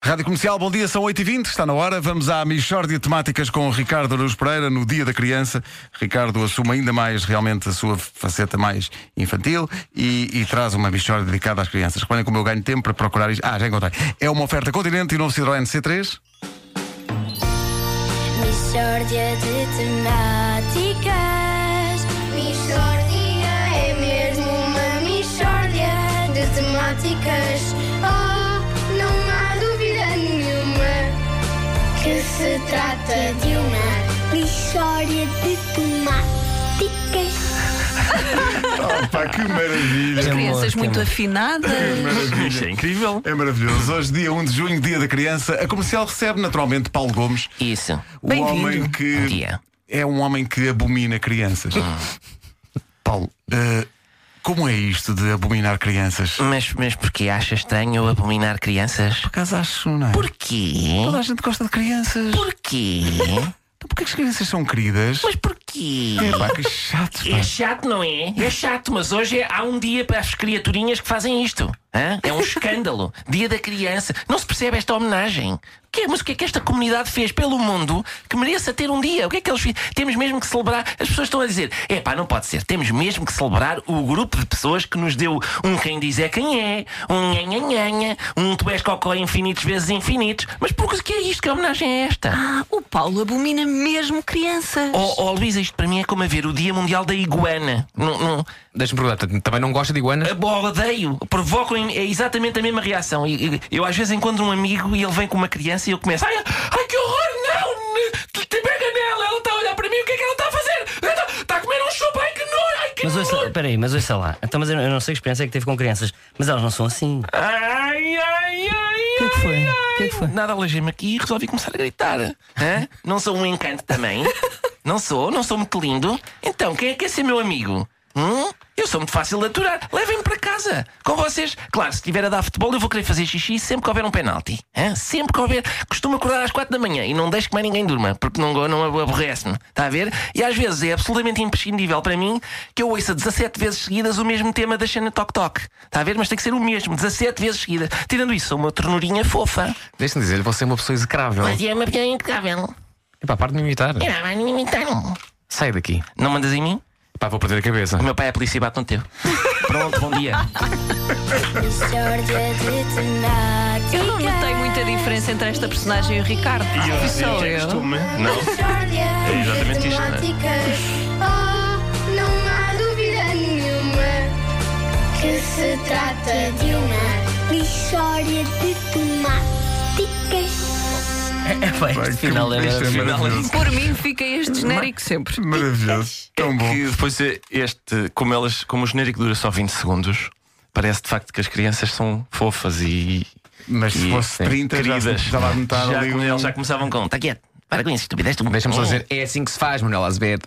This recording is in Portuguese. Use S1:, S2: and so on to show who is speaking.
S1: Rádio Comercial, bom dia, são 8h20, está na hora. Vamos à Michórdia de Temáticas com o Ricardo Aruz Pereira no Dia da Criança. Ricardo assume ainda mais realmente a sua faceta mais infantil e, e traz uma Michórdia dedicada às crianças. Reparem como eu ganho tempo para procurar isto. Ah, já encontrei. É uma oferta Continente e novo Citroën C3.
S2: Mistória de temáticas. Mistórdia é mesmo uma mistória de temáticas. Oh, não há dúvida nenhuma que se trata de uma mistória de temáticas.
S1: Opa, que maravilha!
S3: Crianças muito afinadas.
S4: Isto é incrível.
S1: É maravilhoso. Hoje, dia 1 de junho, dia da criança, a comercial recebe naturalmente Paulo Gomes,
S4: Isso.
S1: o
S3: Bem-vindo.
S1: homem que.
S4: Bom dia.
S1: É um homem que abomina crianças. Paulo, eh, como é isto de abominar crianças?
S4: Mas, mas porquê achas estranho eu abominar crianças?
S1: Por acaso acho, não é?
S4: Porquê?
S1: Toda a gente gosta de crianças.
S4: Porquê?
S1: Então porquê que as crianças são queridas?
S4: Mas porquê?
S1: Epá, que chato, pá.
S4: É chato, não é? É chato, mas hoje é- há um dia para as criaturinhas que fazem isto. hã? É um escândalo. Dia da criança. Não se percebe esta homenagem. Que- mas o que é que esta comunidade fez pelo mundo que mereça ter um dia? O que é que eles fizeram? Temos mesmo que celebrar. As pessoas estão a dizer: é pá, não pode ser. Temos mesmo que celebrar o grupo de pessoas que nos deu um quem diz é quem é, um nhanhanhanha, um tu és cocó infinitos vezes infinitos. Mas por que é isto? Que homenagem é esta?
S3: Ah, o Paulo abomina mesmo crianças.
S4: Oh, oh Luísa, isto para mim é como haver o Dia Mundial da Iguana. Não, não,
S5: Deixa-me perguntar, portanto, também não gosta de iguanas?
S4: a- bo- odeio, provocam em- é exatamente a mesma reação. E- e- Eu às vezes encontro um amigo e ele vem com uma criança e eu começo: Ai, ai que horror, não! ne- Te, te pega nela, ela está a olhar para mim, o que é que ela está a fazer? Está a comer um chupa, ai que nojo, ai que
S6: Mas ouça,
S4: nojo!
S6: peraí, mas ouça lá. Então, mas eu eu não sei que experiência é que teve com crianças, mas elas não são assim.
S4: Ai, ai, ai,
S3: O que é que foi?
S4: ai,
S3: O que é que foi?
S4: Nada, alejei-me aqui e resolvi começar a gritar. Hã? Não sou um encanto também? Não sou, não sou muito lindo. Então, quem é que é ser meu amigo? Hum? Eu sou muito fácil de aturar. Levem-me para casa. Com vocês. Claro, se estiver a dar futebol, eu vou querer fazer xixi sempre que houver um penalti. Hã? Sempre que houver. Costumo acordar às quatro da manhã e não deixo que mais ninguém durma, porque não, go- não ab- aborrece-me. Está a ver? E às vezes é absolutamente imprescindível para mim que eu ouça 17 vezes seguidas o mesmo tema da cena Toc Toc. Está a ver? Mas tem que ser o mesmo, 17 vezes seguidas. Tirando isso, sou uma ternurinha fofa.
S5: Deixa-me dizer-lhe, você é uma pessoa execrável.
S4: Mas é uma pessoa impecável.
S5: Epá, para de me imitar.
S4: Eu não me imitaram.
S5: Sai daqui.
S4: Não mandas em mim?
S5: Epá, vou perder a cabeça.
S4: O meu pai é polícia e bate no teu. Pronto, bom dia.
S2: Mistória de temáticas.
S3: Eu não notei muita diferença entre esta personagem oh. e o Ricardo. Fui só eu.
S4: Não.
S2: É
S4: exatamente isto, não é?
S2: Oh, não há dúvida nenhuma que se trata de uma história de temáticas.
S1: Pá, que um
S6: final é
S1: isto
S6: maravilhoso.
S1: maravilhoso.
S3: Por mim fica este genérico sempre.
S1: Maravilhoso. Tão bom.
S7: que depois é este, como elas, como o genérico dura só 20 segundos, parece de facto que as crianças são fofas e
S1: Mas se
S7: e,
S1: fosse
S7: sim,
S1: 30, já se
S7: queridas.
S1: estava a notar
S4: Já,
S1: ali
S4: come-
S1: um...
S4: eles já começavam com.
S7: "Tá
S4: Está quieto.
S7: Oh.
S4: Para com isso, estupidez. tu-
S5: Deixa-me só dizer, é assim que se faz, Manuel Azevedo.